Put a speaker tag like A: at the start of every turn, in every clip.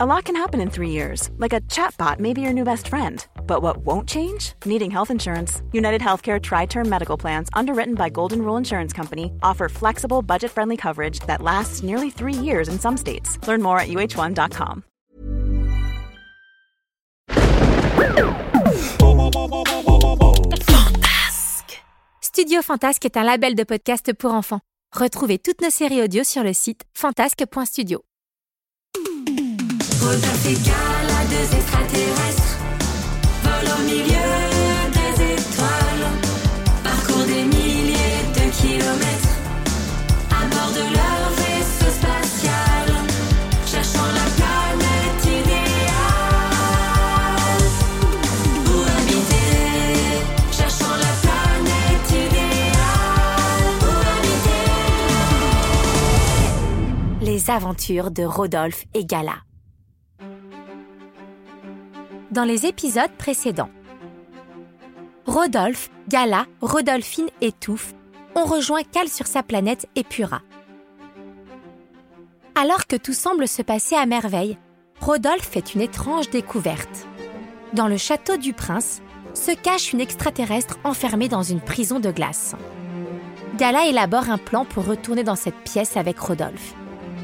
A: A lot can happen in three years, like a chatbot may be your new best friend. But what won't change? Needing health insurance. United Healthcare Tri Term Medical Plans, underwritten by Golden Rule Insurance Company, offer flexible, budget friendly coverage that lasts nearly three years in some states. Learn more at uh1.com.
B: Fantasque. Studio Fantasque est un label de podcast pour enfants. Retrouvez toutes nos séries audio sur le site fantasque.studio.
C: Rose d'Africa, la deux extraterrestres. Vol au milieu des étoiles. Parcours des milliers de kilomètres. À bord de leur vaisseau spatial. Cherchant la planète idéale. Pour habiter. Cherchant la planète idéale. Pour habiter.
B: Les aventures de Rodolphe et Gala. Dans les épisodes précédents, Rodolphe, Gala, Rodolphine et Touffe ont rejoint Cal sur sa planète Epura. Alors que tout semble se passer à merveille, Rodolphe fait une étrange découverte. Dans le château du prince se cache une extraterrestre enfermée dans une prison de glace. Gala élabore un plan pour retourner dans cette pièce avec Rodolphe.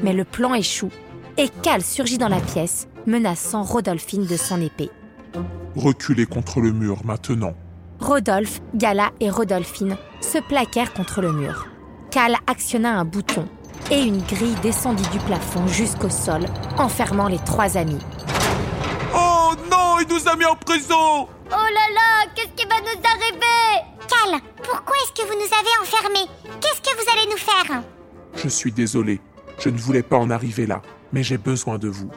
B: Mais le plan échoue et Cal surgit dans la pièce, menaçant Rodolphine de son épée.
D: Reculez contre le mur maintenant.
B: Rodolphe, Gala et Rodolphine se plaquèrent contre le mur. Cal actionna un bouton et une grille descendit du plafond jusqu'au sol, enfermant les trois amis.
D: Oh non, il nous a mis en prison
E: Oh là là, qu'est-ce qui va nous arriver
F: Cal, pourquoi est-ce que vous nous avez enfermés Qu'est-ce que vous allez nous faire
D: Je suis désolé, je ne voulais pas en arriver là, mais j'ai besoin de vous.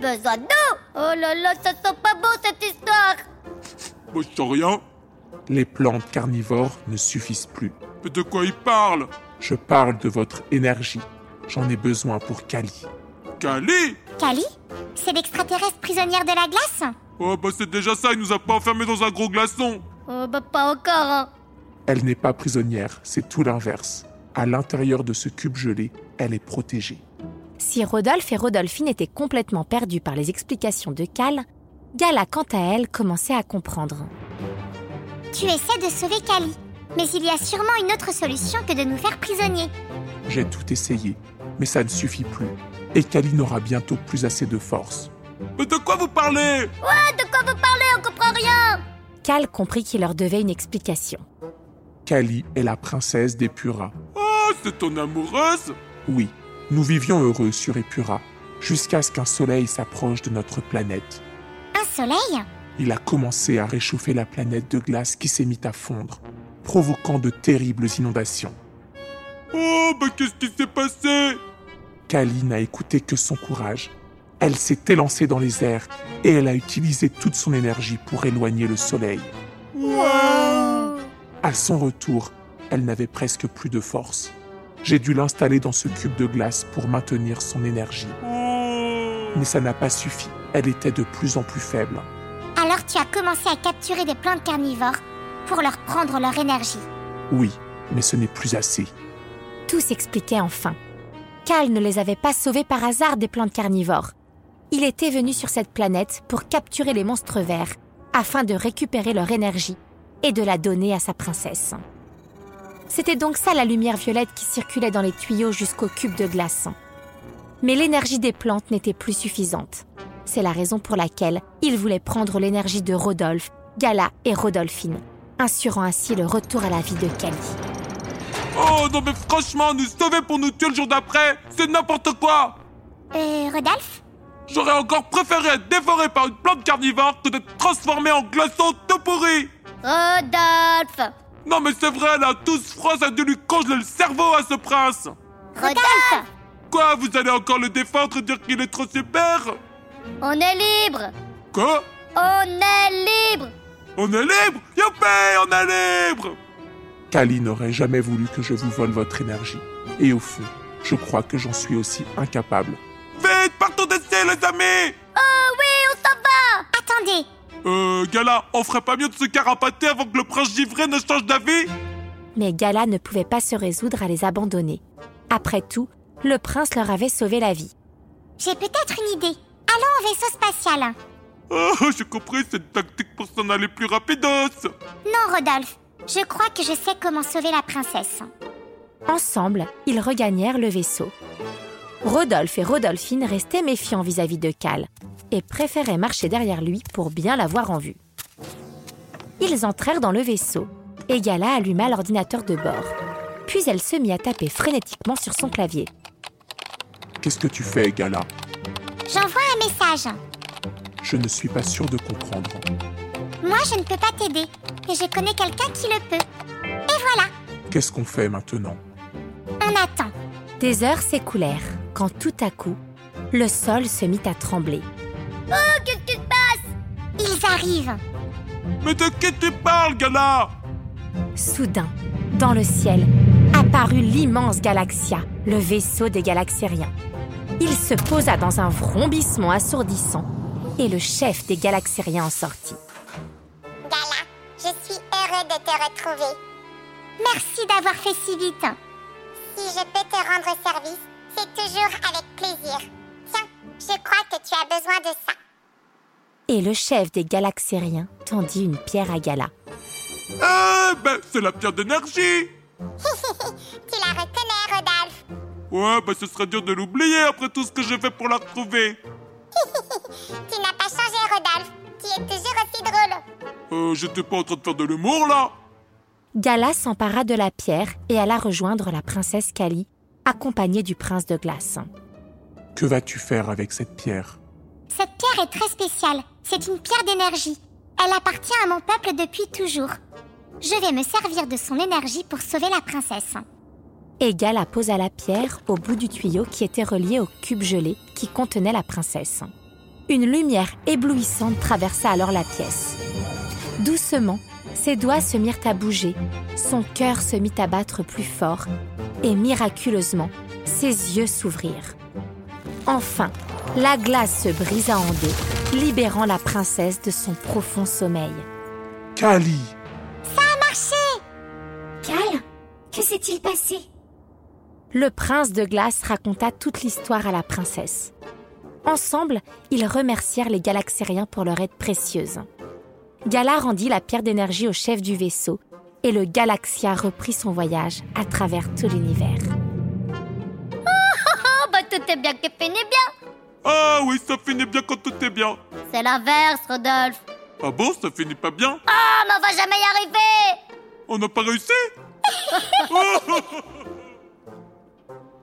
E: Besoin d'eau Oh là là, ça sent pas beau cette histoire
G: Moi, je sens rien.
D: Les plantes carnivores ne suffisent plus.
G: Mais de quoi il parle
D: Je parle de votre énergie. J'en ai besoin pour Kali.
G: Cali
F: Cali C'est l'extraterrestre prisonnière de la glace
G: Oh, bah c'est déjà ça, il nous a pas enfermés dans un gros glaçon.
E: Oh bah pas encore, hein
D: Elle n'est pas prisonnière, c'est tout l'inverse. À l'intérieur de ce cube gelé, elle est protégée.
B: Si Rodolphe et Rodolphine étaient complètement perdus par les explications de Cal, Gala, quant à elle, commençait à comprendre.
F: Tu essaies de sauver Cali, mais il y a sûrement une autre solution que de nous faire prisonniers.
D: J'ai tout essayé, mais ça ne suffit plus. Et Kali n'aura bientôt plus assez de force.
G: Mais de quoi vous parlez
E: Ah, de quoi vous parlez On comprend rien
B: Cal comprit qu'il leur devait une explication.
D: Kali est la princesse des Puras.
G: Oh, c'est ton amoureuse
D: Oui, nous vivions heureux sur Epura, jusqu'à ce qu'un soleil s'approche de notre planète.
F: Un soleil
D: Il a commencé à réchauffer la planète de glace qui s'est mise à fondre, provoquant de terribles inondations.
G: Oh, bah qu'est-ce qui s'est passé
D: Kali n'a écouté que son courage. Elle s'est élancée dans les airs et elle a utilisé toute son énergie pour éloigner le soleil. À son retour, elle n'avait presque plus de force. J'ai dû l'installer dans ce cube de glace pour maintenir son énergie.
G: Oh
D: Mais ça n'a pas suffi. Elle était de plus en plus faible.
F: Alors tu as commencé à capturer des plantes carnivores pour leur prendre leur énergie.
D: Oui, mais ce n'est plus assez.
B: Tout s'expliquait enfin. Cal ne les avait pas sauvés par hasard des plantes carnivores. Il était venu sur cette planète pour capturer les monstres verts afin de récupérer leur énergie et de la donner à sa princesse. C'était donc ça la lumière violette qui circulait dans les tuyaux jusqu'au cube de glace. Mais l'énergie des plantes n'était plus suffisante. C'est la raison pour laquelle il voulait prendre l'énergie de Rodolphe, Gala et Rodolphine, assurant ainsi le retour à la vie de Cali.
G: Oh, non mais franchement, nous sauver pour nous tuer le jour d'après, c'est n'importe quoi
F: Euh, Rodolphe
G: J'aurais encore préféré être dévoré par une plante carnivore que d'être transformé en glaçon tout pourri
E: Rodolphe
G: Non mais c'est vrai, là, tous froid, ça a dû lui congeler le cerveau à ce prince
E: Rodolphe
G: Quoi, vous allez encore le défendre et dire qu'il est trop super
E: On est libre
G: Quoi
E: On est libre
G: On est libre Youpé, on est libre
D: Kali n'aurait jamais voulu que je vous vole votre énergie. Et au fond, je crois que j'en suis aussi incapable.
G: Vite, partons d'ici, les amis
E: Oh
F: Attendez
G: Euh, Gala, on ferait pas mieux de se carapater avant que le prince givré ne change d'avis
B: Mais Gala ne pouvait pas se résoudre à les abandonner. Après tout, le prince leur avait sauvé la vie.
F: J'ai peut-être une idée. vaisseau spatial.
G: Oh, j'ai compris, c'est une tactique pour s'en aller plus rapidos.
F: Non, Rodolphe, je crois que je sais comment sauver la princesse.
B: Ensemble, ils regagnèrent le vaisseau. Rodolphe et Rodolphine restaient méfiants vis-à-vis de Cal et préféraient marcher derrière lui pour bien l'avoir en vue. Ils entrèrent dans le vaisseau et Gala alluma l'ordinateur de bord. Puis elle se mit à taper frénétiquement sur son clavier.
D: Qu'est-ce que tu fais, Gala
F: J'envoie un message.
D: Je ne suis pas sûr de comprendre.
F: Moi, je ne peux pas t'aider, mais je connais quelqu'un qui le peut. Et voilà,
D: Qu'est-ce qu'on fait maintenant
F: on attend.
B: Des heures s'écoulèrent quand tout à coup, le sol se mit à trembler.
E: Oh, qu'est-ce qui se passe
F: Ils arrivent.
G: Mais de qui tu parles, Gala
B: Soudain, dans le ciel, apparut l'immense Galaxia, le vaisseau des Galaxériens. Il se posa dans un vrombissement assourdissant et le chef des Galaxériens en sortit.
F: Gala, je suis heureux de te retrouver. Merci d'avoir fait si vite. Si je peux te rendre service, c'est toujours avec plaisir. Tiens, je crois que tu as besoin de ça.
B: Et le chef des Galaxériens tendit une pierre à Gala.
G: Eh ben, c'est la pierre d'énergie
F: Tu la reconnais, Rodolphe.
G: Ouais, ben ce serait dur de l'oublier après tout ce que j'ai fait pour la retrouver.
F: Tu n'as pas changé, Rodolphe. Tu es toujours aussi drôle.
G: Euh, j'étais pas en train de faire de l'humour, là
B: Gala s'empara de la pierre et alla rejoindre la princesse Kali, accompagnée du prince de glace.
D: Que vas-tu faire avec cette pierre
F: Cette pierre est très spéciale. C'est une pierre d'énergie. Elle appartient à mon peuple depuis toujours. Je vais me servir de son énergie pour sauver la princesse.
B: Et Gala posa la pierre au bout du tuyau qui était relié au cube gelé qui contenait la princesse. Une lumière éblouissante traversa alors la pièce. Doucement, ses doigts se mirent à bouger, son cœur se mit à battre plus fort, et miraculeusement, ses yeux s'ouvrirent. Enfin, la glace se brisa en deux, libérant la princesse de son profond sommeil.
D: Kali
E: Cal, que s'est-il passé
B: Le prince de glace raconta toute l'histoire à la princesse. Ensemble, ils remercièrent les galaxériens pour leur aide précieuse. Gala rendit la pierre d'énergie au chef du vaisseau et le Galaxia reprit son voyage à travers tout l'univers.
E: Oh, bah tout est bien qui finit bien.
G: Ah oui, ça finit bien quand tout est bien.
E: C'est l'inverse, Rodolphe.
G: Ah bon, ça finit pas bien
E: Ah, mais on va jamais y arriver
G: On n'a pas réussi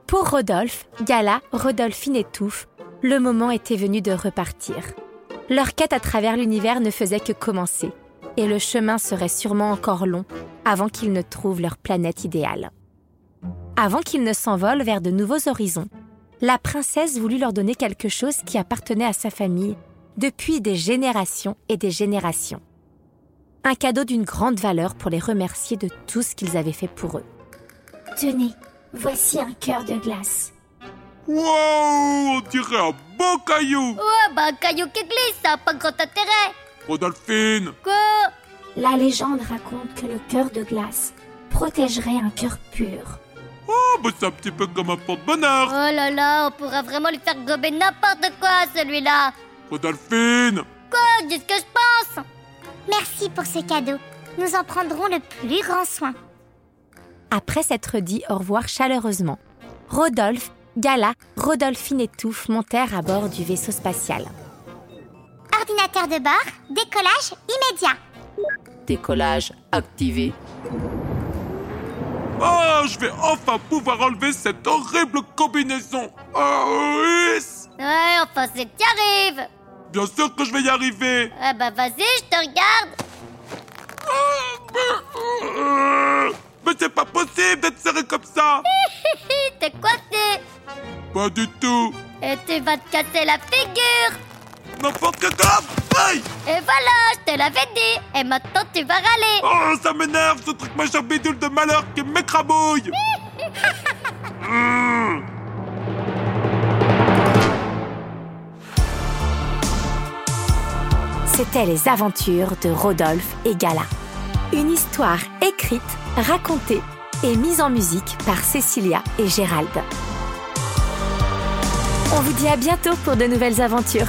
B: Pour Rodolphe, Gala, Rodolphine et Touffe, le moment était venu de repartir. Leur quête à travers l'univers ne faisait que commencer, et le chemin serait sûrement encore long avant qu'ils ne trouvent leur planète idéale. Avant qu'ils ne s'envolent vers de nouveaux horizons, la princesse voulut leur donner quelque chose qui appartenait à sa famille depuis des générations et des générations. Un cadeau d'une grande valeur pour les remercier de tout ce qu'ils avaient fait pour eux.
H: Tenez, voici un cœur de glace.
G: Waouh, on dirait un beau caillou
E: Ouais, bah un caillou qui glisse, ça a pas grand intérêt.
G: Rodolphine
E: Quoi
H: La légende raconte que le cœur de glace protégerait un cœur pur.
G: Oh, bah c'est un petit peu comme un porte-bonheur
E: Oh là là, on pourra vraiment lui faire gober n'importe quoi, celui-là.
G: Rodolphine
E: Quoi Dis ce que je pense.
F: Merci pour ce cadeau. Nous en prendrons le plus grand soin.
B: Après s'être dit au revoir chaleureusement, Rodolphe, Gala, Rodolphine et Touffe montèrent à bord du vaisseau spatial.
F: Ordinateur de bord, décollage immédiat.
I: Décollage activé.
G: Oh, je vais enfin pouvoir enlever cette horrible combinaison Oh, yes
E: Ouais, enfin, c'est que t'y arrives.
G: Bien sûr que je vais y arriver
E: Ah bah vas-y, je te regarde.
G: Euh, Mais c'est pas possible d'être serré comme ça
E: Hi, T'es coincé.
G: Pas du tout
E: Et tu vas te casser la figure.
G: N'importe quoi Aïe
E: Et voilà, je te l'avais dit. Et maintenant, tu vas râler.
G: Oh, ça m'énerve ce truc machin bidule de malheur qui m'écrabouille
B: C'était les aventures de Rodolphe et Gala. Une histoire écrite, racontée et mise en musique par Cécilia et Gérald. On vous dit à bientôt pour de nouvelles aventures.